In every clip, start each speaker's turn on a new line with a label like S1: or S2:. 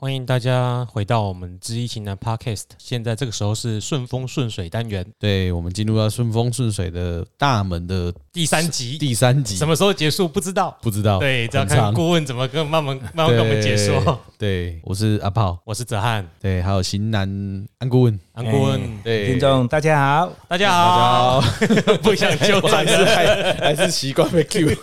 S1: 欢迎大家回到我们知易行难 Podcast。现在这个时候是顺风顺水单元
S2: 对，我们进入到顺风顺水的大门的
S1: 第三集，哦
S2: 第三集，
S1: 什么时候结束不知道。
S2: 不知道？
S1: 对，只要
S2: 很长
S1: 看顾问怎么跟慢慢慢慢跟我们解说。。
S2: 对，对我是阿炮，
S1: 我是泽汉，
S2: 对，还有型男安顾问，
S1: 安顾问，
S2: 对，
S3: 听众大家好，
S1: 大家哎好， 不想纠
S2: 我还
S1: 缠
S2: 是
S1: 了。
S2: 还还是习惯被 Q，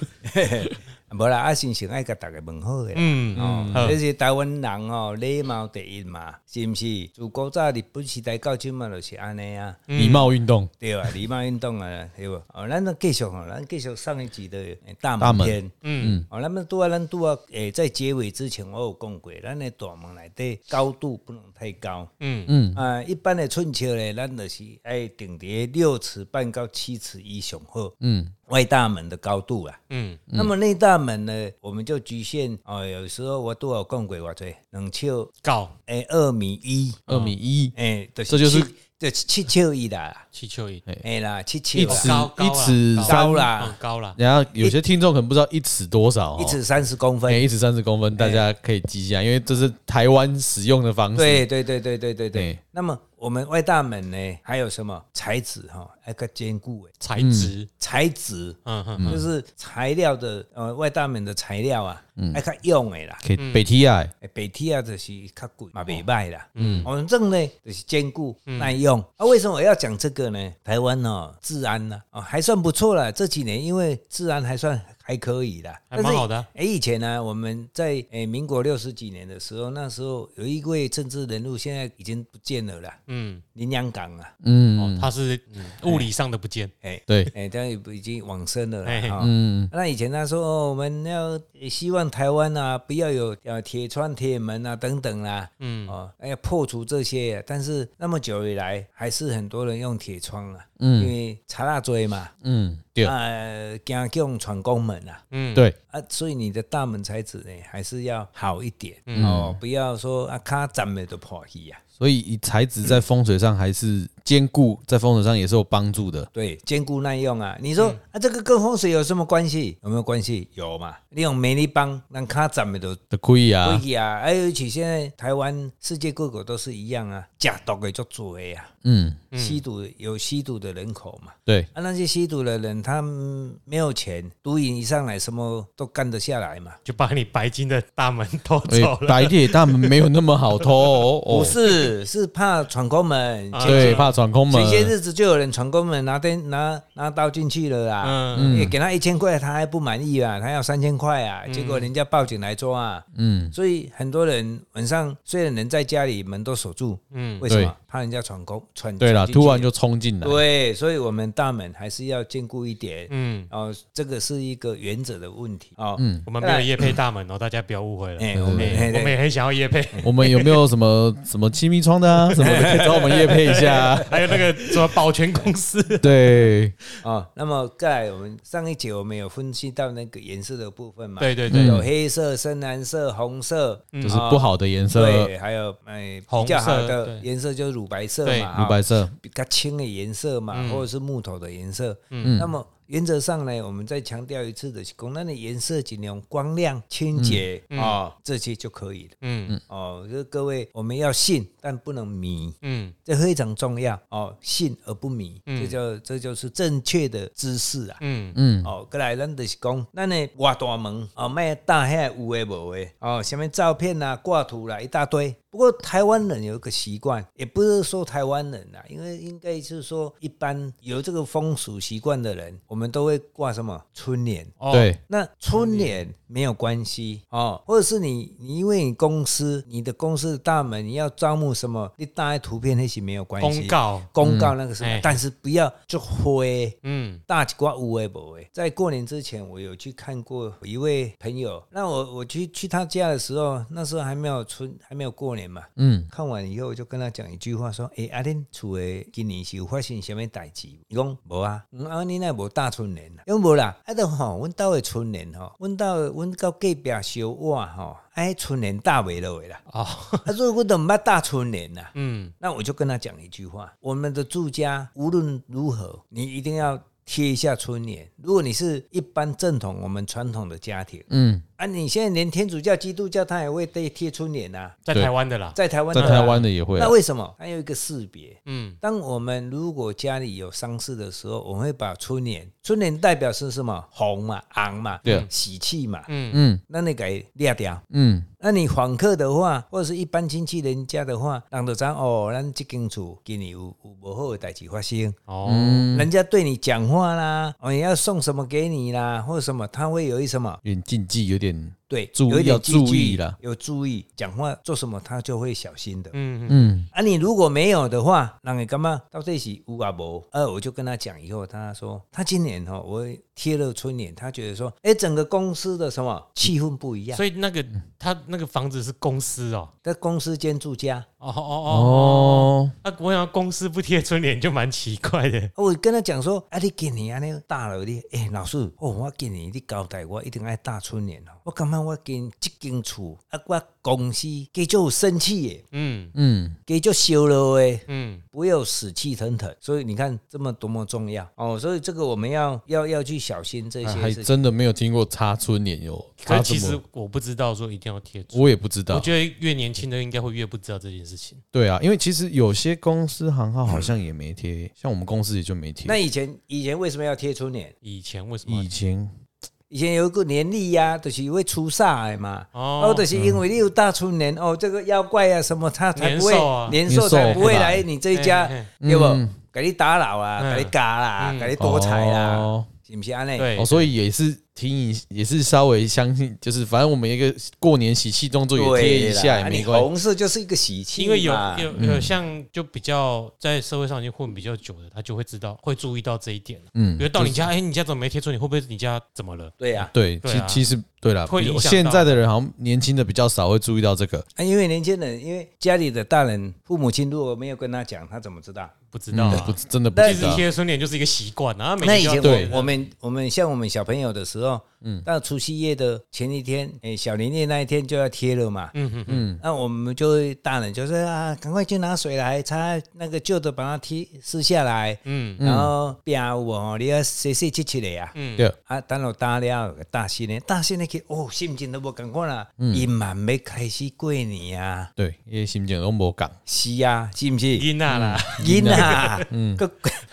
S3: 无啦，阿啊先先爱甲大家问好诶。
S1: 嗯，
S3: 哦，
S1: 好
S3: 这是台湾人哦，礼貌第一嘛，是毋是？自古早日本时代到今嘛，就是安尼啊，
S2: 礼貌运动，
S3: 对 啊，礼貌运动啊，对无？哦，咱咱继续哦，咱继续上一集的诶大
S2: 大门
S3: 门篇，嗯，哦，咱们拄啊，咱拄啊，诶，在结尾之前我有讲过，咱的大门内底高度不能太高，
S1: 嗯
S3: 嗯啊，一般的寸尺咧，咱就是爱定伫六尺半到七尺以上好，
S2: 嗯，
S3: 外大门的高度啊。
S1: 嗯
S3: 那么内大门呢，我们就局限哦。有时候我都有讲过，我最两尺
S1: 告
S3: 诶二米一
S2: 二米一，
S3: 诶，就是
S2: 嗯这就是
S3: 七就是七尺一啦，
S1: 气球椅，
S3: 诶啦，七尺
S2: 一
S3: 啦
S2: 尺
S1: 高哦高
S2: 一
S1: 啦
S2: 尺
S1: 高
S2: 三
S3: 高，
S1: 嗯
S3: 啦，
S1: 高了，
S2: 然后有些听众可能不知道一尺多少哦，
S3: 一尺三十公
S2: 哎，
S3: 分。
S2: 一尺三十公分，大家可以记一下，因为这是台湾使用的方式。
S3: 对对对对对对对
S2: 对。
S3: 那么我们外大门呢，还有什么材质哈？那个坚固诶，
S1: 材质，
S3: 材质
S1: 嗯哼，
S3: 就是材料的呃外大门的材料啊，
S2: 嗯
S3: 那个用诶啦。
S2: 可以北提亚，
S3: 诶，白铁啊，就是较贵
S1: 哦
S3: 嘛，袂歹啦。嗯，反正呢，就是坚固
S1: 嗯
S3: 耐用。啊，为什么我要讲这个呢？台湾哦，治安呢、啊，哦还算不错啦。这几年因为治安还算还可以啦，
S1: 还蛮好的啊
S3: 哎、以前呢、我们在哎、民国六十几年的时候，那时候有一位政治人物，现在已经不见了啦，
S1: 嗯，
S3: 林洋港啊，
S1: 哦，它是嗯物理上的不见，
S3: 哎、
S2: 对，
S3: 哎、他也不已经往生了
S1: 哎
S3: 啦。哈那以前他说、哦、我们要希望台湾啊不要有呃铁窗、铁门啊等等啦，嗯，哦，要破除这些。啊但是那么久以来，还是很多人用铁窗啊，嗯，因为查大追嘛，
S2: 嗯，对
S3: 呃，惊用闯宫门啊。
S1: 嗯，
S2: 对，
S3: 啊，所以你的大门材质呢，还是要好一点、哦，不要说啊，卡咱们都破去啊。
S2: 所以以材质在风水上还是坚固，在风水上也是有帮助的。
S3: 对，坚固耐用啊！你说、啊，这个跟风水有什么关系？有没有关系？有嘛？你用美丽棒，让卡咱们都
S2: 的贵啊，
S3: 对呀、啊，而且现在台湾世界各国都是一样啊，假毒的就多呀、
S2: 嗯，
S3: 啊，吸毒有吸毒的人口嘛，
S2: 对，
S3: 啊，那些吸毒的人他们没有钱，毒瘾一上来，什么都干得下来嘛。
S1: 就把你白金的大门偷
S2: 所以
S1: 走了，
S2: 哎白铁大门没有那么好偷哦，哦
S3: 不是，是怕闯空门，
S1: 啊
S2: 对，怕闯空门
S3: 前，些日子就有人闯空门，拿灯拿拿刀进去了啊啦。
S1: 嗯，
S3: 也给他一千块，他还不满意啊，他要三千块啊，结果人家报警来抓啊，
S2: 嗯，
S3: 所以很多人晚上虽然人在家里，门都锁住，
S1: 嗯
S3: 嗯，为什
S2: 对
S3: 么？怕人家闯空闯
S2: 对了，
S3: 进去
S2: 突然就冲进来，
S3: 对，所以我们大门还是要坚固一点，
S1: 嗯，
S3: 哦，这个是一个原则的问题哦，
S2: 嗯
S1: 我们没有夜配大门哦，大家不要误会了，
S3: 哎我们
S1: 哎
S3: 哎对哎
S1: 我们也很想要夜配，
S2: 我们有没有什么 什么亲密窗的 啊，什么的，可以找我们叶配一下啊？
S1: 还有那个什么保全公 司，
S2: 对，
S3: 哦，那么再来，我们上一节我们有分析到那个颜色的部分嘛，
S1: 对对
S2: 嗯
S1: 对，
S3: 有黑色、深蓝色、红色，
S2: 就是不好的颜嗯色，
S3: 嗯对，还有哎
S1: 红
S3: 比较好
S1: 色
S3: 的
S1: 对
S3: 颜色就是乳白色
S1: 对
S3: 嘛，
S2: 乳
S3: 哦
S2: 白色，
S3: 比较轻的颜色嘛，或者是木头的颜色。嗯，那么原则上呢，我们再强调一次的是，工单的颜色尽量光亮、清洁啊、哦这些就可以了。
S1: 嗯
S3: 哦，就各位我们要信，但不能迷，
S1: 嗯
S3: 这非常重要哦，信而不迷，这就这就是正确的知识啊。
S1: 嗯
S3: 哦，过来，咱就是讲，咱的外大门哦，卖大遐有诶无诶哦，什么照片啦、挂图啦，一大堆。不过台湾人有一个习惯，也不是说台湾人啦，因为应该是说一般有这个风俗习惯的人，我们都会挂什么春联。
S1: 哦
S2: 对，
S3: 那春联没有关系哦，或者是你你因为你公司你的公司的大门你要招募什么，你搭的图片那些没有关系。
S1: 公告，
S3: 公告那个是，
S1: 哎
S3: 但是不要就灰。
S1: 嗯
S3: 大几瓜无为不为。在过年之前，我有去看过一位朋友，那我我去去他家的时候，那时候还没有春，还没有过年嘛。
S2: 嗯，
S3: 看完以后，我就跟他讲一句话，说：“诶、阿恁厝的今年是有发生什么代志？”伊讲无啊，嗯，啊，你那无大春联啦，因为无啦，啊，都吼，阮兜的春联吼，阮兜的阮到隔壁小碗吼，啊，迄春联搭袂落的啦，
S1: 哦，
S3: 啊，所以阮都毋捌搭春联啊啦。
S1: 嗯
S3: 那我就跟他讲一句话：我们的住家无论如何，你一定要贴一下春联。如果你是一般正统我们传统的家庭
S2: 嗯，
S3: 啊，你现在连天主教、基督教他也会贴贴春联啊，
S1: 在
S2: 对
S1: 台湾的啦，
S3: 在台湾
S2: 哦在
S3: 的
S2: 台
S3: 啊
S2: 湾的也会啊
S3: 那，为什么？还有一个识别。
S1: 嗯，
S3: 当我们如果家里有丧事的时候，我们会把春联，春联代表是什么？红嘛，昂嘛，
S2: 对啊
S3: 喜气嘛，
S2: 嗯
S3: 那你给它裂掉。
S2: 嗯，
S3: 那你访客的话，或者是一般亲戚人家的话，人就知道哦，咱这间厝今年有有无好的代志发生，
S1: 哦，
S2: 嗯
S3: 人家对你讲话啦，哦，你要送什么给你啦，或者什么，他会有一什么
S2: 有点禁忌，有点
S3: 对，
S2: 注意
S3: 有一
S2: 要
S3: 点禁忌
S2: 注意啦，
S3: 有注意讲话做什么，他就会小心的。
S1: 嗯，嗯
S2: 嗯
S3: 啊，你如果没有的话，那你干嘛到这起无啊无？呃，我就跟他讲以后，他说他今年哈、哦，我贴了春联，他觉得说，哎，整个公司的什么气氛不一样，
S1: 所以那个他那个房子是公司哦，
S3: 在公司兼住家。啊
S1: 哦哦哦，
S2: 哦，
S1: 那我想公司不贴春联就蛮奇怪的，
S3: 我跟他讲说，啊，你今年安尼大了你，哎，老师，哦，我今年你交代我一定爱大春联哦。我感觉我今这间厝啊，我公司给就生气耶，
S1: 嗯
S2: 嗯，
S3: 给就烧了诶。
S1: 嗯，
S3: 不要死气腾腾，所以你看这么多么重要哦，所以这个我们要要要去小心这
S1: 啊
S2: 还
S3: 些
S2: 还
S3: 事情。
S2: 真的没有听过插春联有
S1: 可
S2: 插
S1: 是其
S2: 什
S1: 实
S2: 么，
S1: 我不知道说一定要贴春，
S2: 我也不知道
S1: 我。觉得越年轻的应该会越不知道这件事情，
S2: 对啊，因为其实有些公司行号好像也没
S1: 嗯
S2: 贴，像我们公司也就没贴。
S3: 那以前以前为什么要贴春联？
S1: 以前为什么
S2: 以前
S3: 以前有一个年例呀、就是会出煞的嘛。哦，
S1: 哦嗯
S3: 就，是因为你有大春联哦，这个妖怪啊什么，他才
S1: 年
S3: 不
S1: 兽啊
S3: 会年兽才不会来你这一家
S1: 嘿嘿，
S3: 对不
S2: 嗯？
S3: 给你打扰啊，
S1: 嗯
S3: 给你嘎啦
S1: 嗯，
S3: 给你多彩啦，
S2: 哦
S3: 是不是安尼？
S1: 对
S2: 哦，，所以也是听一，也是稍微相信，就是反正我们一个过年喜气动作也贴一下
S3: 对
S2: 也
S3: 啦
S1: 啊
S2: 没
S3: 你
S2: 关系。
S3: 红色就是一个喜气嘛，嗯
S1: 因为有有有像就比较在社会上已经混比较久的，他就会知道会注意到这一点了。
S2: 嗯
S1: 比如，到你家，哎，你家怎么没贴春联？会不会你家怎么了？
S3: 对呀，
S2: 对，
S1: 对
S2: 其
S1: 啊
S2: 其实对了，
S1: 会
S2: 比
S1: 影响
S2: 现
S1: 到
S2: 在的人好像年轻的比较少会注意到这个。
S3: 啊，因为年轻人，因为家里的大人、父母亲如果没有跟他讲，他怎么知道？
S1: 不知道
S2: 嗯不
S1: 啊。
S2: 真的不
S1: 其
S2: 知
S1: 实
S2: 道。
S1: 贴春联就是一个习惯啊，每
S3: 那
S1: 天
S3: 以
S1: 就要
S3: 前
S2: 对
S3: 我我们我们像我们小朋友的时候，嗯，到除夕夜的前一天，哎、小年夜那一天就要贴了嘛。
S1: 嗯嗯嗯，
S2: 嗯，
S3: 那我们就会大人就说啊，赶快去拿水来擦那个旧的，把它贴撕下来，
S1: 嗯
S3: 然后边我哦，你要洗洗切切的呀。
S1: 嗯
S2: 对，
S3: 啊，等落打了大新年，大新年去哦，心情都无共款啦，伊嘛要开始过年啊，
S2: 对，因为新疆都没讲。
S3: 是啊，是毋是？
S1: 因娜啦，
S3: 囡啊， 个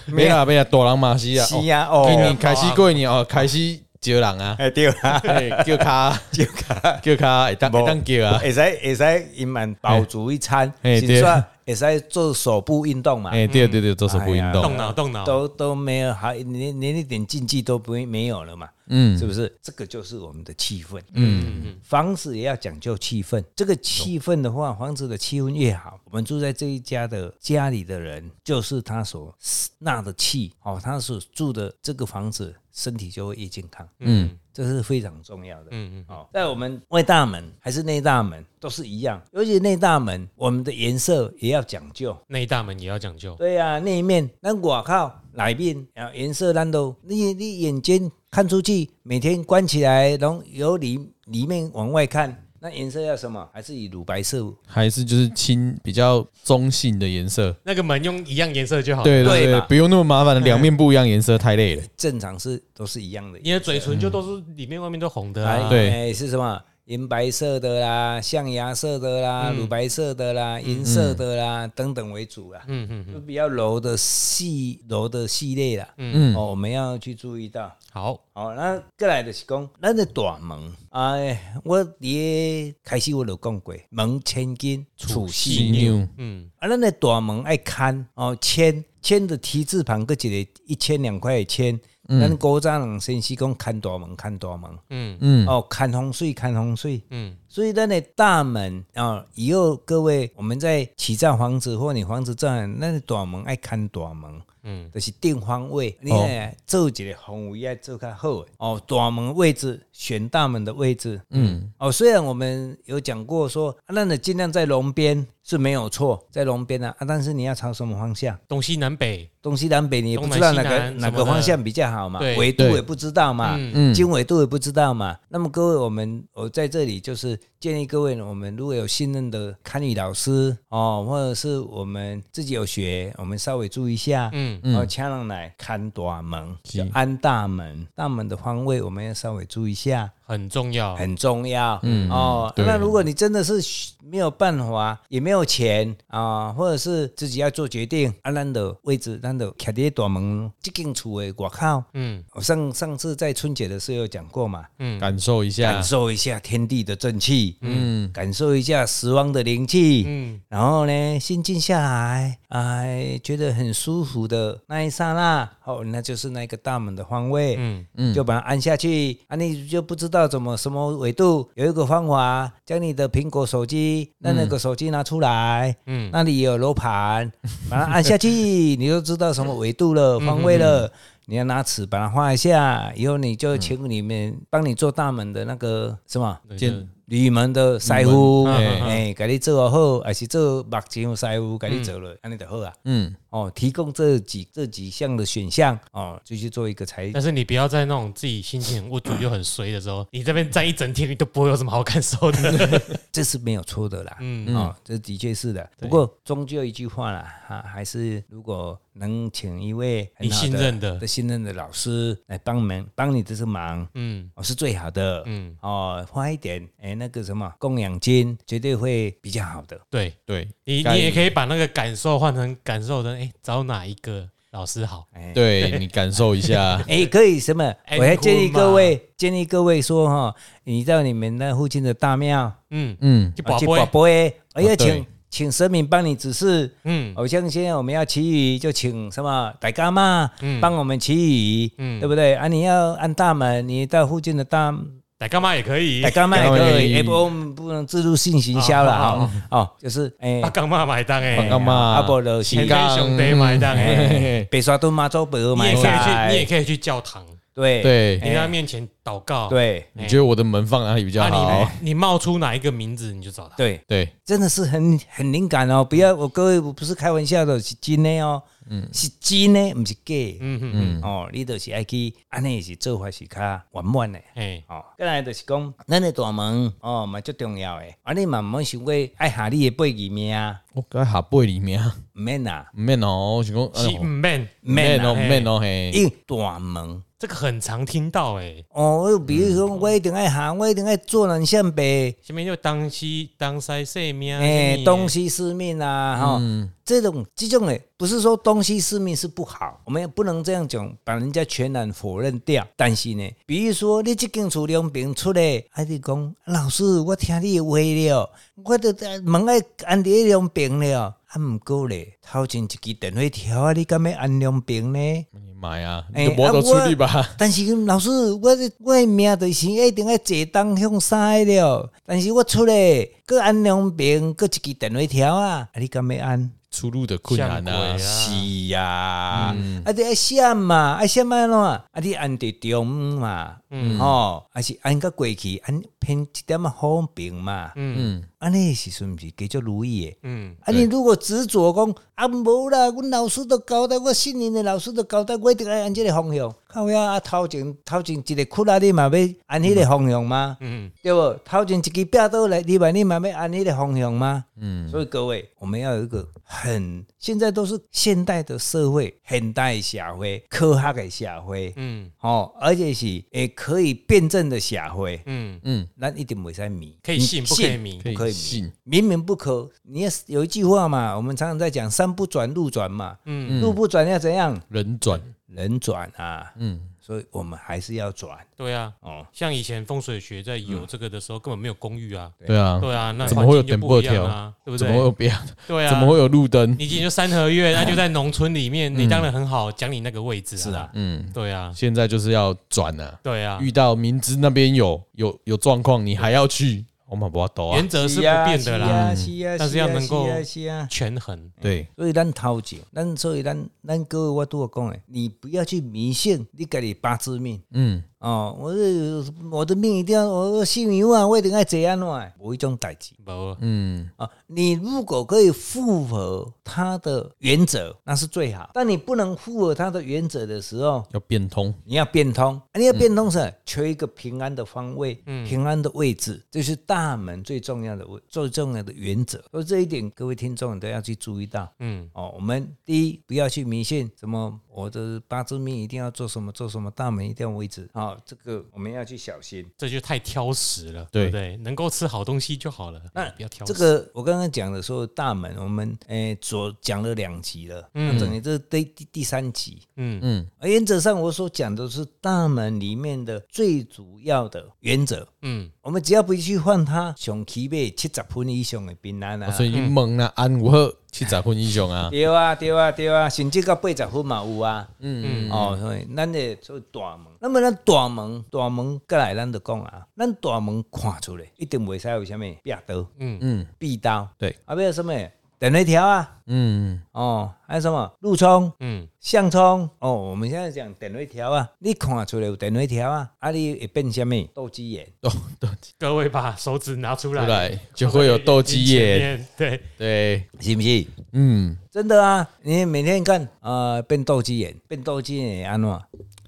S2: 没啦没啦，大人嘛是啊，
S3: 是啊哦
S2: 今年开始过年哦，开始招人 啊，
S3: 哎对啦，
S2: 嘿叫卡
S3: 就卡。
S2: 叫卡，会当
S3: 无
S2: 会当叫啊，
S3: 会使会使因们饱足一餐，
S2: 嘿
S3: 是
S2: 对
S3: 说会使做手部运动嘛，
S2: 哎，对对对，做手部运
S3: 哎呀
S1: 动
S2: 动，
S1: 脑动脑，
S3: 都都没有，还连连一点禁忌都不会没有了嘛，
S2: 嗯
S3: 是不是？这个就是我们的气氛，
S1: 嗯嗯
S3: 房子也要讲究气氛。这个气氛的话，房子的气氛越好，我们住在这一家的家里的人，就是他所纳的气哦，他所住的这个房子，身体就会越健康，
S1: 嗯
S3: 这是非常重要的。
S1: 嗯嗯，
S3: 哦，在我们外大门还是内大门都是一样，尤其内大门，我们的颜色也要讲究。
S1: 内大门也要讲究，
S3: 对啊，内面那我靠，内面啊颜色咱都，你你眼睛看出去，每天关起来，然后由里里面往外看，那颜色要什么？还是以乳白色？
S2: 还是就是轻比较中性的颜色，
S1: 那个门用一样颜色就好。，
S2: 对
S3: 对
S2: 对对
S3: 嘛，
S2: 不用那么麻烦的，两面不一样颜色太累了，
S3: 正常是都是一样的。
S1: 你的嘴唇就都是里面外面都红的
S3: 哎
S1: 啊。
S2: 对
S3: 哎是什么？银白色的啦，象牙色的啦，
S1: 嗯
S3: 乳白色的啦，银色的啦，等等为主啦。
S1: 嗯嗯，
S3: 就比较柔的细柔的系列啦。
S2: 嗯
S3: 哦，我们要去注意到。
S1: 好，
S3: 哦，那过来就是讲，咱的大门，哎，我伫开始我就讲过，门千金，处细
S2: 犀
S3: 牛。
S2: 牛，
S1: 嗯
S3: 啊，咱的大门爱看哦，千千的提字旁，搁一个一千两块的千。
S2: 嗯
S3: 咱古早人先是讲看大门，看大门，
S1: 嗯
S2: 嗯
S3: 哦，看风水，看风水。
S1: 嗯
S3: 所以咱的大门啊、哦以后各位我们在起造房子或你房子造完，咱的大门爱看大门，
S1: 嗯，
S3: 就是定方位，
S2: 哦
S3: 你爱做一个方位要做较好的哦。大门位置选大门的位置，
S2: 嗯
S3: 哦，虽然我们有讲过说，啊那你尽量在龙边是没有错，在龙边啊啊，但是你要朝什么方向？
S1: 东西南北，
S3: 东西南北你也不
S1: 东
S3: 知
S1: 南
S3: 道
S1: 西
S3: 哪个
S1: 南
S3: 哪
S1: 什么
S3: 个
S1: 的
S3: 方向比较好嘛，
S1: 对
S3: 纬度
S2: 对
S3: 也不知道嘛，
S1: 嗯
S2: 嗯
S3: 经纬度也不知道嘛。那么各位，我们我在这里就是建议各位，我们如果有信任的堪舆老师哦，或者是我们自己有学，我们稍微注意一下，
S1: 嗯嗯
S3: 哦，请人来看大门，
S2: 是
S3: 就安大门，大门的方位我们要稍微注意一下，
S1: 很重要。
S3: 很重要。
S2: 嗯
S3: 哦，
S2: 对
S3: 那如果你真的是没有办法，也没有钱啊、或者是自己要做决定，啊，咱的位置，咱的徛伫大门即间厝的外口。
S1: 嗯
S3: 我上上次在春节的时候有讲过嘛，
S1: 嗯
S2: 感受一下
S3: 感，受一下天地的正气，
S2: 嗯，
S3: 感受一下时光的灵气，
S1: 嗯
S3: 然后呢，心静下来，哎，觉得很舒服的那一刹那，哦，那就是那个大门的方位，
S1: 嗯
S3: 就把它按下去，啊，你就不知道怎么什么纬度，有一个方法，将你的苹果手机，那那个手机拿出来，
S1: 嗯
S3: 那里有楼盘， 把它按下去，你就知道什么纬度
S1: 嗯
S3: 了、方位了。你要拿尺把它画一下，以后你就请里面帮你做大门的那个什么
S1: 那个
S2: 嗯见
S3: 铝门的师傅，
S1: 嗯铝门嗯嗯嗯嗯
S3: 哎，给你做好，还是做目镜的师傅给你做了，安尼就好啊。
S2: 嗯，
S3: 哦，提供这几这几项的选项哦，就去做一个裁。
S1: 但是你不要在那种自己心情很无助又很衰的时候，你这边站一整天，你都不会有什么好感受的。
S3: 这是没有错的啦。
S1: 嗯
S3: 哦，这的确是的。
S1: 对
S3: 不过终究一句话啦，哈、还是如果能请一位很
S1: 你
S3: 好
S1: 信任的
S3: 的信任的老师来帮忙，帮你这是忙，
S1: 嗯
S3: 哦，是最好的。
S1: 嗯，
S3: 哦，花一点哎，那个什么供养金，绝对会比较好的。
S1: 对
S2: 对，
S1: 你
S2: 该
S1: 你也可以把那个感受换成感受成，哎、找哪一个老师好？
S3: 哎，，
S2: 对你感受一下
S3: 哎，可以什么？
S1: 哎
S3: 我还
S1: 哭
S3: 建议
S1: 嘛
S3: 各位，建议各位说哈、你到你们那附近的大庙，
S1: 嗯，
S2: 嗯，
S1: 去哦
S3: 啊
S1: 宝
S3: 去
S1: 贝
S3: 宝，贝，哎要
S2: 对
S3: 请请神明帮你指示。
S1: 嗯
S3: 好像现在我们要祈雨，就请什么大干妈
S1: 嗯
S3: 帮我们祈雨，
S1: 嗯
S3: 对，不对？啊，你要按大门，你到附近的大
S1: 来干嘛也可以
S3: 大，干妈也
S2: 大干妈
S3: 可
S2: 也
S3: 以，
S2: 可以
S3: 哎，不，我们不能自助性行销了
S1: 啊
S3: 哈。哦，就是哎
S1: 把，干嘛买单哎、
S2: 把干嘛
S3: 阿伯的
S1: 天天兄弟买单
S2: 嗯嘿
S1: 哎、
S2: 嘿嘿
S3: 北沙墩妈祖北
S1: 你
S3: 买
S1: 也可以去，你也
S3: 菜，
S1: 可以去教堂，
S3: 对
S2: 对，
S1: 你在他面前祷告，哎
S3: 对
S2: 你觉得我的门放哪里比较好？
S1: 啊你你冒出哪一个名字你就找他，
S3: 对，
S2: 对，
S3: 真的是很很灵感哦！不要我各位，我不是开玩笑的，是真的哦，是真的，不是假的。
S1: 嗯嗯嗯，
S3: 哦，你就是爱去，安尼是做法是较圆满的。
S1: 哎、
S3: 哦，再来就是讲，咱的大门哦，嘛最重要诶。啊，你嘛毋好想过爱下你的背字名，
S2: 我刚下背里面啊，
S3: 毋免啦，
S2: 唔免哦，我想讲，哎
S1: 是唔
S2: 呦
S1: 嗯 man，
S2: 唔免哦，
S1: 嘿
S2: 唔免哦，嘿，
S3: 因为大门
S1: 这个很常听到哎、
S3: 哦，我比如说我一定爱下，我一定爱做人向北，
S1: 前面就当西当西西面，啊
S3: 诶、
S1: 什么
S3: 哎东，西四面啊，哈、这种这种诶，不是说东西四面是不好，我们也不能这样讲，把人家全然否认掉。但是呢，比如说你这间厝两边出来，还得讲老师，我听你的话了，我都门爱按伫两边了。啊，毋过咧，头前一支电话条啊，你敢要按两边呢？
S2: 你买啊，
S3: 哎啊
S2: 你就无得出力吧？
S3: 但是老师，我的我的命就是一定要坐东向西了。但是我出来，搁按两边，搁一支电话条啊，啊，你敢要按？
S2: 出入的困难
S1: 像鬼啊嗯
S2: 啊，
S3: 是呀、啊，你爱闪嘛，爱闪安怎？啊，你按伫中嘛，嗯，哦，还是按个过去，按偏一点仔方便嘛，
S1: 嗯
S2: 嗯，
S3: 安尼时阵毋是加足如意诶。
S1: 嗯
S3: 啊，你如果执着讲啊，无啦，阮老师都交代，我信任的老师都交代，我一定要按即个方向。靠呀，啊，头前头前一个窟啊，你嘛要按迄个方向吗？
S1: 嗯，
S3: 对不？头前一支壁倒来，你嘛你嘛要按你的方向吗？嗯，所以各位，我们要有一个很现在都是现代的社会，现代社会，科学的社会，
S1: 嗯
S3: 哦，而且是也可以辩证的社会，
S1: 嗯，
S2: 嗯，
S3: 咱一定袂使迷，
S1: 可以信不可以迷
S2: 可
S3: 不可以
S2: 以
S3: 迷
S2: 信，
S3: 明明不可。你也是有一句话嘛，我们常常在讲山不转路转嘛，嗯，路不转要怎样？
S2: 人转，
S3: 人转啊，
S2: 嗯，
S3: 所以我们还是要转
S1: 对啊，
S3: 哦。
S1: 像以前风水学在有这个的时候，根本没有公寓啊，
S2: 对嗯啊，
S1: 对啊，那
S2: 怎么会有
S1: 环境就不
S2: temple
S1: 一样啊？对不
S2: 怎么会有
S1: 对？
S2: 别？
S1: 对啊，
S2: 怎么会有嗯路灯？
S1: 你今天就三合院，那就在农村里面，你当然很好讲你那个位置
S3: 是
S1: 啊
S3: 啊，
S2: 嗯，
S1: 对啊，
S2: 现在就是要转啊，
S1: 对啊，
S2: 遇到明知那边有有有状况，你还要去，我们不要抖啊
S1: 原。则是不变的啦，
S3: 是啊，是啊，
S1: 但是要能够
S3: 是啊是啊。
S1: 权衡，
S2: 对，
S3: 所以咱头前，咱所以咱咱各位我拄仔讲诶，你不要去迷信你家己八字命
S2: 嗯，
S3: 哦，我的我的命一定要我姓牛啊，我一定要这样啊，无一种代志
S1: 无
S2: 嗯，
S3: 啊。你如果可以符合他的原则，那是最好。但你不能符合他的原则的时候，
S2: 要变通，
S3: 你要变通，啊你要变通是求一个平安的方位，平安的位置，这是大门最重要的位最重要的原则。所以这一点，各位听众都要去注意到。
S1: 嗯，
S3: 哦，我们第一不要去迷信什么我的八字命一定要做什么做什么，大门一定要位置啊、哦，这个我们要去小心。
S1: 这就太挑食了，对
S2: 对
S1: 不对？能够吃好东西就好了，那哦不要挑食。
S3: 这个我刚刚讲的说大门，我们诶左讲了两集了，嗯，等于这是第第第三集。
S1: 嗯
S2: 嗯
S3: 而原则上，我所讲的是大门里面的最主要的原则。
S1: 嗯，
S3: 我们只要不去换它，上起码七十分以上的平安啊。
S1: 哦
S2: 所以你
S1: 嗯
S2: 猛啊，安五后去找婚英雄啊，
S3: 对啊，对啊，对啊，甚至到八十分嘛有啊。嗯嗯。哦，所以咱的做大门，那么咱大门，大门过来咱就讲啊，咱大门看出来，一定袂使有啥物壁刀，
S1: 嗯
S3: 嗯，壁刀，
S2: 对，
S3: 啊，要什么等那条啊，
S2: 嗯，
S3: 哦，还有什么路冲，
S1: 嗯，
S3: 相冲哦，我们现在讲电位条啊，你看出来有电位条啊，啊，你会变什么？斗鸡眼，
S2: 哦，斗鸡
S1: 各位把手指拿出来，
S2: 出来就会有斗鸡眼，
S1: 眼，对，
S2: 对，
S3: 是不是？
S2: 嗯，
S3: 真的啊，你每天看啊、呃变斗鸡眼，变斗鸡眼会安怎？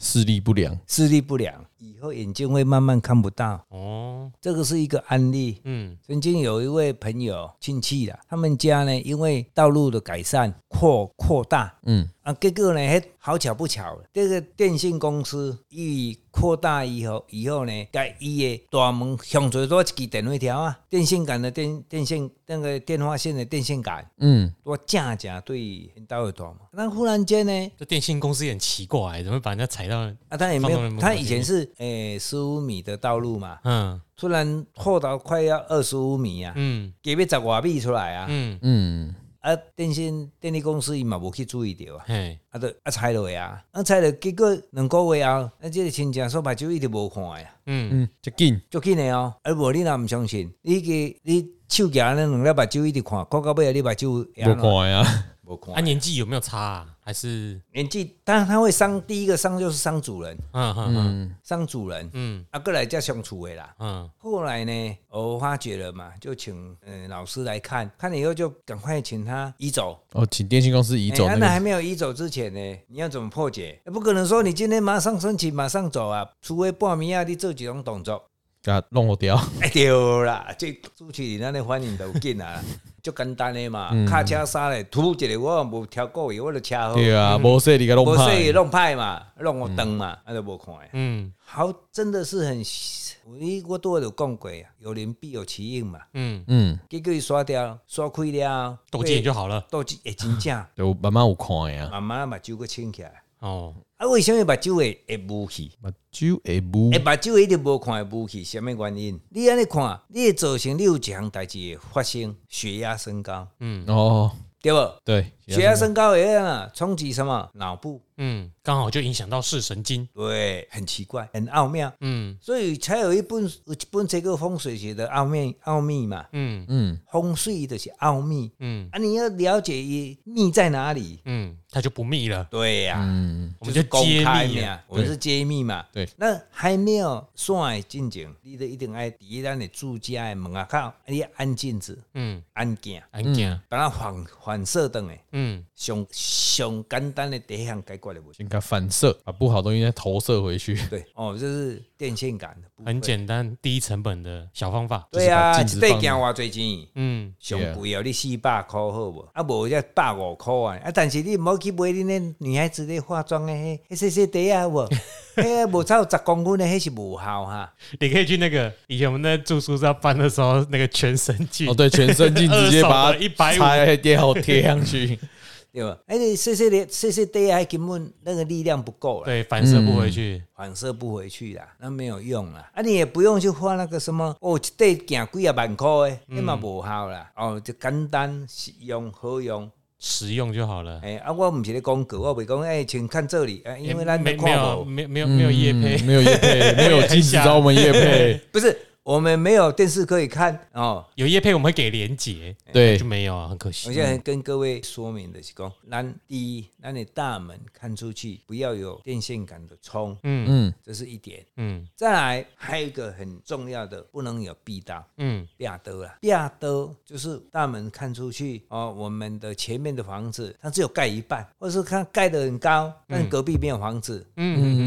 S2: 视力不良，
S3: 视力不良，以后眼睛会慢慢看不到。
S1: 哦，
S3: 这个是一个案例。
S1: 嗯
S3: 曾经有一位朋友亲戚啦，他们家呢，因为道路的改善扩扩大，
S2: 嗯
S3: 啊，结果呢，嘿好巧不巧，这个电信公司伊扩大以后，以后呢，甲伊的大门向最多一支电话条啊，电线杆的电电线那个电话线的电线杆，
S2: 嗯，
S3: 我正正对因兜的大门，那忽然间呢，
S1: 这电信公司也很奇怪，怎么把人家踩到？
S3: 啊，他也没
S1: 放到人
S3: 有，
S1: 门
S3: 他
S1: 口
S3: 以
S1: 去
S3: 前是诶十五米的道路嘛，
S1: 嗯
S3: 突然扩到快要二十五米啊，
S1: 嗯
S3: 给要十外米出来啊，
S1: 嗯，
S2: 嗯，
S3: 啊，电信电力公司伊嘛无去注意到啊。
S1: 嘿，
S3: 啊，都啊猜落啊，啊猜落，结果两个月后，啊，即个亲戚说目睭一直无看的啊，
S1: 嗯
S2: 嗯，就紧，
S3: 足紧的哦。啊，无你若毋相信，你个你手举安尼两粒目睭一直看，看到尾啊，你目睭会
S2: 无
S3: 安怎
S2: 看呀，
S3: 无看
S1: 啊，年纪有没有差啊？还是
S3: 年纪，当然他会伤，第一个伤就是伤主人，
S1: 嗯嗯嗯
S2: 嗯
S3: 伤主人，
S1: 嗯
S3: 啊，过来才相处的啦。
S1: 嗯
S3: 后来呢，我发觉了嘛，就请嗯、呃老师来看，看了以后就赶快请他移走，
S2: 哦，请电信公司移走
S3: 哎
S2: 那
S3: 那还
S2: 个，
S3: 没有移走之前呢，你要怎么破解？哎不可能说你今天马上申请，马上走啊，除非半暝啊，你做几种动作。
S2: 给他弄好掉，
S3: 哎，对啦，这主持人咱的反应都紧啊， 足简单的嘛，
S2: 嗯
S3: 卡车刹咧，突一个我也无超过去，我就车祸，
S2: 对啊，无说你给弄
S3: 无说
S2: 坏
S3: 伊，弄歹嘛，弄我灯嘛，啊都无看的。
S1: 嗯
S3: 好，真的是很，你我都有讲过啊，有人必有其应嘛。
S1: 嗯，
S2: 嗯，
S3: 结果伊刷掉，刷开了，
S1: 斗鸡眼就好了。
S3: 斗鸡，会哎真正
S2: 就慢慢有看呀，
S3: 慢慢目睭个清起来。
S1: 哦，
S3: 啊，为什么目睭会会雾去？
S2: 目睭会雾
S3: 诶，，目睭一直无看会雾去，什么原因？你安尼看，你会造成你有一项代志会发生，血压升高，
S2: 哦，
S3: 对无？
S2: 对，
S3: 嗯血压升高会啊，冲击什么脑部？
S1: 嗯，刚好就影响到视神经。
S3: 对，很奇怪，很奥妙，
S1: 嗯
S3: 所以才有一本有一本这个风水学的奥秘奥秘嘛，
S1: 嗯
S2: 嗯，
S3: 风水就是奥秘
S1: 嗯
S3: 啊，你要了解伊秘在哪里。
S1: 嗯，它就不密了，
S3: 对呀、
S2: 嗯，
S1: 我们
S3: 就
S1: 就是
S3: 公
S1: 揭
S3: 开
S1: 秘了。
S3: 嘛，我们是揭秘嘛。
S2: 对
S3: 那还没有算的进前，你都一定爱第一咱的住家的门口，你要按镜子、
S1: 嗯，
S3: 按镜，
S1: 安静。
S3: 把它反反射灯的
S1: 嗯
S3: 上上简单的第一项解决的问题。
S2: 先给它反射，把不好的东西再投射回去，
S3: 对，哦，这是电线杆的部分
S1: 很。简单，低成本的小方法。
S3: 对啊，
S2: 就是把镜子
S3: 一对
S2: 放
S3: 镜偌侪钱？
S1: 嗯
S3: 上贵哦，你四百块好无？啊，无才百五块啊！啊，但是你毋好去买恁那女孩子咧化妆诶，迄细细底啊，有无？迄无超十公分的，迄是无效哈。
S1: 你可以去那个以前我们在住宿舍办的时候，那个全身镜。
S2: 哦，对，全身镜直接把
S1: 二手的
S2: 它
S1: 150
S2: 拆掉贴上去，
S3: 对吧？哎，你细细的细细的，还根本那个力量不够了，
S1: 对，反射不回去。
S3: 反射不回去啦，那没有用啦。啊，你也不用去花那个什么哦，一对镜几啊万块的，那
S1: 嗯
S3: 嘛无效啦。哦，就简单实用好用。
S1: 实用就好了。
S3: 哎，啊，我唔是咧广告，我袂讲哎，请看这里，哎，因为咱
S1: 没
S3: 都
S1: 没
S3: 看
S1: 有
S3: 无，
S1: 没没有没有业
S2: 嗯
S1: 配，
S2: 没有叶配，没有禁止找我们叶配，
S3: 不是我们没有电视可以看哦。
S1: 有业配我们会给连结，
S2: 对
S1: 就，没有啊，很可惜
S3: 我。现在跟各位说明的是讲，咱第一，咱的大门看出去不要有电线杆的冲，
S1: 嗯
S2: 嗯，
S3: 这是一点。
S1: 嗯
S3: 再来，还有一个很重要的，不能有壁刀。
S1: 嗯
S3: 壁刀啦，壁刀就是大门看出去哦，我们的前面的房子它只有盖一半，或者是看盖得很高，但隔壁没有房子。
S1: 嗯嗯，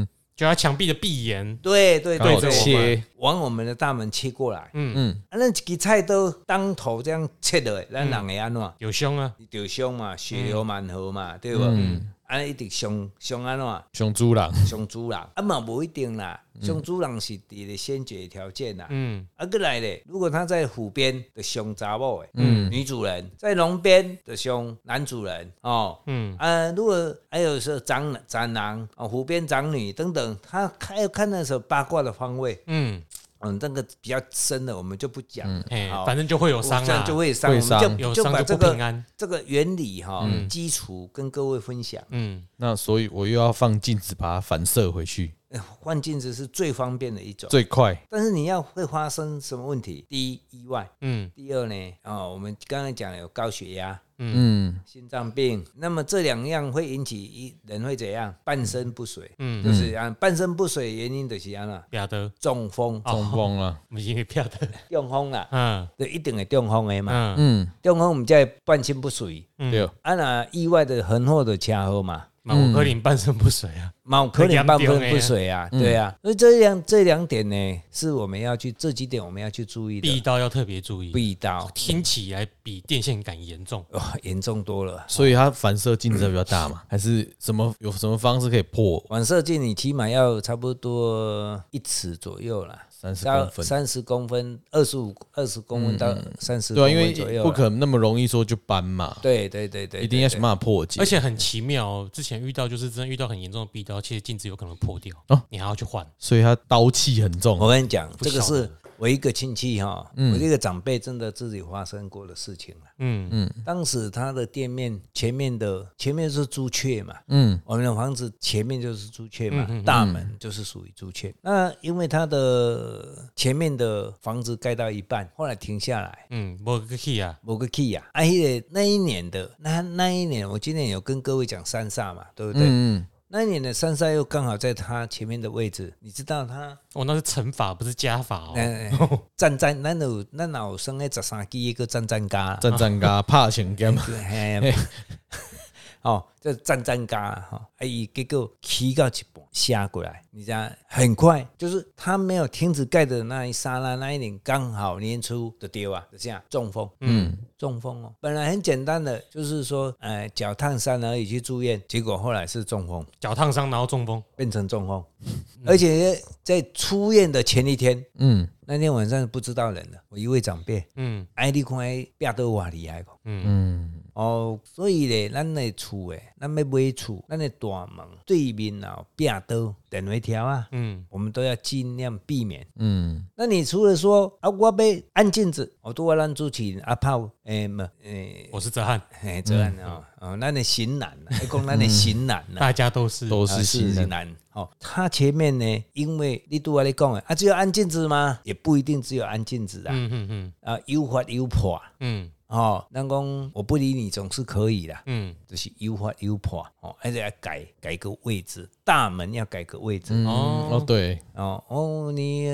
S2: 嗯
S1: 就它墙壁的壁沿，
S3: 对对
S2: 刚
S3: 对
S2: 好
S3: 对，
S2: 切
S3: 往我们的大门切过来，
S1: 嗯，
S2: 嗯，
S3: 啊，那一支菜刀当头这样切的，咱人会安怎？
S1: 有胸啊，
S3: 受伤嘛，血流满河嘛，对不？
S2: 嗯
S3: 安尼一定伤伤安怎？
S2: 熊猪啦，
S3: 伤主人啊嘛，无一定啦，
S2: 嗯
S3: 伤主人是你的先决条件啦。
S1: 嗯
S3: 啊，过来咧，如果他在湖边的伤查某诶，
S1: 嗯
S3: 女主人在农边的伤男主人哦，
S1: 嗯
S3: 呃，如果还有是长长男啊、哦湖边长女等等，他看要看那时候八卦的方位，
S1: 嗯，
S3: 嗯，那个比较深的我们就不讲了，
S1: 哎
S3: 好，
S1: 反正就会有
S3: 我
S1: 伤
S3: 这样
S1: 啊，
S3: 就会伤，
S2: 会
S3: 我
S2: 伤
S3: 们就
S1: 有
S3: 就
S1: 伤
S3: 把这
S1: 就不平
S3: 个
S1: 安。
S3: 这个原理哈基础跟各位分享。
S1: 嗯
S2: 那所以我又要放镜子把它反射回去，
S3: 呃换镜子是最方便的一种，
S2: 最快。
S3: 但是你要会发生什么问题？第一，意外。
S1: 嗯
S3: 第二呢，哦，我们刚才讲了有高血压、
S2: 嗯
S3: 心脏病，那么这两样会引起一人会怎样？半身不遂，
S1: 嗯，
S3: 就是啊，半身不遂原因就是安啦，
S1: 表的，
S3: 中风，
S2: 中风啊，
S1: 我们因为表的，
S3: 中风啦，
S1: 哦 嗯
S3: 就一定会中风的嘛，
S1: 嗯，
S2: 嗯，
S3: 中风我们叫半身不遂，
S2: 对哦，
S3: 啊那意外的横祸的车祸嘛，
S1: 马五
S2: 嗯
S1: 科林半身不遂啊，
S3: 嘛有可能半身不遂啊，对啊，
S1: 嗯
S3: 所以这两这两点呢，是我们要去这几点我们要去注意
S1: 第一
S3: 的，
S1: 刀要特别注意，
S3: 必到
S1: 听起来比电线杆严重。
S3: 哇严重多了。
S2: 所以它反射镜子比较大嘛，还是什么有什么方式可以破
S3: 反射镜你起码要差不多一尺左右啦，
S2: 三十
S3: 到
S2: 公分？
S3: 三十公分，二十五二十公分到三十
S2: 对
S3: 公
S2: 啊，因
S3: 分左
S2: 为
S3: 右啦，
S2: 不可能那么容易说就搬嘛，
S3: 对对对对，
S2: 一定要想
S3: 法。
S2: 办法破解。
S1: 而且很奇妙、哦，之前遇到就是真的遇到很严重的壁刀，其实镜子有可能破掉，
S2: 哦
S1: 你还要去换。
S2: 所以它刀气很
S3: 我
S2: 重。
S3: 跟你讲，
S1: 不
S3: 这个
S1: 晓
S3: 是
S1: 得
S3: 我一个亲戚哈，
S2: 嗯
S3: 我这个长辈真的自己发生过的事情了。
S1: 嗯
S3: 当时他的店面前面的前面是朱雀嘛，
S2: 嗯
S3: 我们的房子前面就是朱雀嘛，大门就是属于朱雀。那因为他的前面的房子盖到一半，后来停下来。
S1: 嗯，我个 key 啊，
S3: 某个 key 啊，啊，那个那一年的那那一年，我今年有跟各位讲三煞嘛，对不对？
S2: 嗯
S3: 那一年的三煞又刚好在他前面的位置，你知道他
S1: 哦，那是乘法不是加法哦。
S3: 哎，哎战战，咱有咱老生诶十三支一个战战家啦
S2: 嗯，，战战嘎，怕钱干
S3: 啊
S2: 嘛？
S3: 嘿，哦，这战战家啦哈，哎，伊结果起到一半下过来，你知道，很快就是他没有停止盖的那一刹那，那一年刚好年初就丢啊，就这样中风，
S2: 嗯
S3: 中风哦，本来很简单的，就是说，呃，脚烫伤而已去住院，结果后来是中风，
S1: 脚烫伤然后中风，
S3: 变成中风，而且在出院的前一天，
S2: 嗯
S3: 那天晚上不知道人了，我一位长辈。
S1: 嗯
S3: 哎，你看迄壁倒偌厉害个
S2: 嗯
S3: 哦，所以咧，咱的厝诶，咱要买厝，咱的大门对面啊壁倒电话条啊，
S1: 嗯
S3: 我们都要尽量避免。
S2: 嗯
S3: 那你除了说啊，我要按镜子，我都要让主持人阿炮诶，没诶，
S2: 嗯
S1: 我是泽汉，
S3: 嘿，这样哦，哦，咱的型男啊，还讲咱的型男啊。
S1: 大家都是
S2: 都
S3: 啊
S2: 是新
S3: 型
S2: 人。
S3: 男哦，他前面呢，因为你拄仔咧讲的啊，只有按镜子吗？也不一定只有按镜子啊，
S1: 嗯嗯嗯
S3: 啊，有法有破，
S1: 嗯
S3: 哦，咱讲我不理你总是可以啦，
S1: 嗯
S3: 就是优化优化哦，而且要改改个位置，大门要改个位置、
S2: 嗯哦，对，
S3: 哦哦，你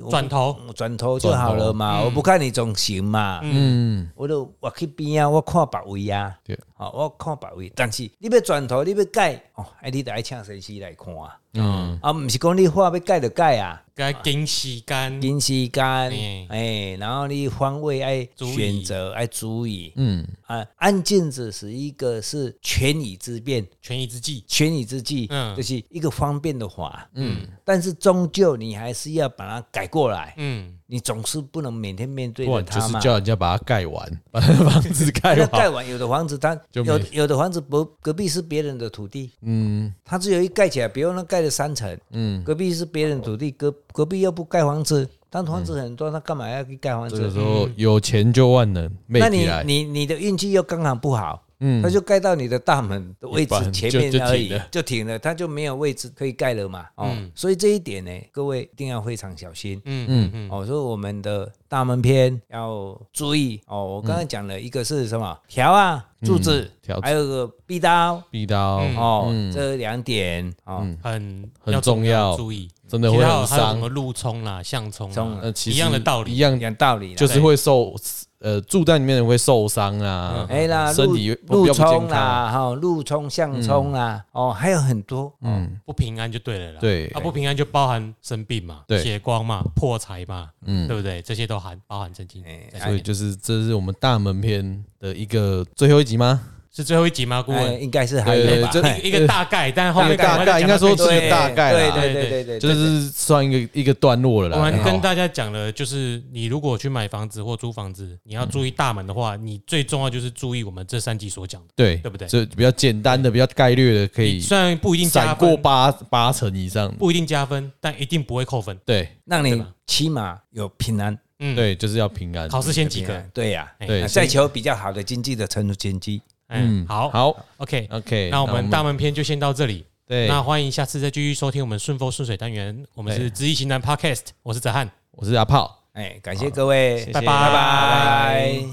S3: 呃我
S1: 转头嗯
S3: 我转头就好了嘛，我不看你总行嘛，
S2: 嗯
S3: 我都我去边啊，我看别位啊
S2: 对，
S3: 好、我看别位，但是你要转头，你要改哦，哎，你得爱请先生来看啊，
S2: 嗯
S3: 啊，不是讲你话要改就改啊。
S1: 该跟吸干，
S3: 因时间，哎
S1: 嗯、
S3: 然后你方位爱
S1: 注意
S3: 选择，爱注意，
S2: 嗯
S3: 啊，按镜子是一个是权宜之变，
S1: 权宜之计。
S3: 权宜之计，
S1: 嗯
S3: 就是一个方便的法，嗯，但是终究你还是要把它改过来，
S1: 嗯，
S3: 你总是不能每天面对
S2: 不
S3: 着
S2: 然就
S3: 它
S2: 是
S3: 嘛。
S2: 叫人家把它盖完， 把它房子盖
S3: 那盖
S2: 完。
S3: 完有的房子它，
S2: 就没
S3: 有有的房子不隔壁是别人的土地，
S2: 嗯
S3: 它只有一盖起来，比如那盖了三层，
S2: 嗯，
S3: 隔壁是别人土地，隔隔壁又不盖房子，但房子很多，他干嘛要去盖房
S2: 这个
S3: 子？
S2: 时候有钱就万能，没
S3: 那
S2: 起
S3: 你
S2: 来。
S3: 你你的运气又刚好不好，
S2: 嗯
S3: 它就盖到你的大门的位置
S2: 一般
S3: 前
S2: 就
S3: 面
S2: 就
S3: 而已
S2: 停了，
S3: 就停了，它就没有位置可以盖了嘛。哦，
S1: 嗯
S3: 所以这一点呢，各位一定要非常小心。
S1: 嗯嗯嗯，
S2: 嗯
S3: 哦，所以我们的大门篇要注意哦。我刚才讲了一个是什么条啊、柱子，
S2: 嗯条子
S3: 还有个壁刀
S2: 逼刀、
S1: 嗯
S3: 哦，
S2: 嗯
S3: 这两点哦，
S1: 很
S2: 很
S1: 要
S2: 重要
S1: 注意，
S2: 真的
S1: 其
S2: 会
S1: 他有
S2: 很
S1: 还有什
S2: 伤
S1: 么。路冲啦、相冲
S3: 冲
S1: 啦
S3: 啊
S2: 呃，其实
S1: 一样的道
S2: 一
S1: 理，
S2: 样
S3: 讲道理啦
S2: 就。是会受呃住在里面的人会受伤
S1: 嗯
S2: 啊，
S3: 哎啦，
S2: 身
S3: 路
S2: 体
S3: 路
S2: 比较不健康
S3: 冲啦，哈，路冲、相冲啦，哦，还有很多，
S2: 嗯，
S1: 不平安就对了啦。
S2: 对
S1: 啊，不平安就包含生病嘛、
S2: 对
S1: 血光嘛、破财嘛，
S2: 嗯
S1: 对不对？这些都含包含正经。
S3: 哎
S1: 在里
S3: 哎
S2: 所以
S1: 面
S2: 就是这是我们大门篇的一个最后一集吗？
S1: 是最后一集吗？顾
S3: 哎
S1: 问，
S3: 应该是还
S2: 对
S3: 有
S2: 对
S3: 吧？
S2: 这
S3: 嘿
S1: 一个大概，但后面赶
S3: 大概
S1: 快再讲
S2: 哎应该说
S1: 到更
S2: 这
S1: 细
S2: 个
S1: 节
S3: 对
S2: 大概啦
S1: 对
S3: 对对对对，
S2: 这是算一个一个段落了
S1: 我
S2: 啦。
S1: 们跟
S2: 然后
S1: 大家讲了，就是你如果去买房子或租房子，你要注意大门的话，你最重要就是注意我们这三集所讲的。
S2: 对
S1: 对不对
S2: 就比较简单的、比较概略的，可
S1: 你
S2: 以
S1: 虽然不一定加
S2: 哎闪过
S1: 分，
S2: 八八成以上。
S1: 不一定加分，但一定不会扣分。
S2: 对
S3: 让
S1: 对
S3: 你
S1: 吧
S3: 起码有平安。
S1: 嗯，，
S2: 对，就是要平安。
S1: 考试先及
S3: 平
S1: 格
S3: 安。对呀，
S1: 哎
S2: 对
S3: 啊再求比较好的经济的成成绩。
S1: 嗯，好，
S2: 好
S1: ，OK，
S2: ，OK。
S1: 那我们大门篇就先到这里。
S2: 对，
S1: 那欢迎下次再继续收听我们顺风顺水单元。我们是知易行难 Podcast，我是泽汉。
S2: 我是阿炮。
S3: 哎，感谢各位，
S1: 拜
S3: 拜拜。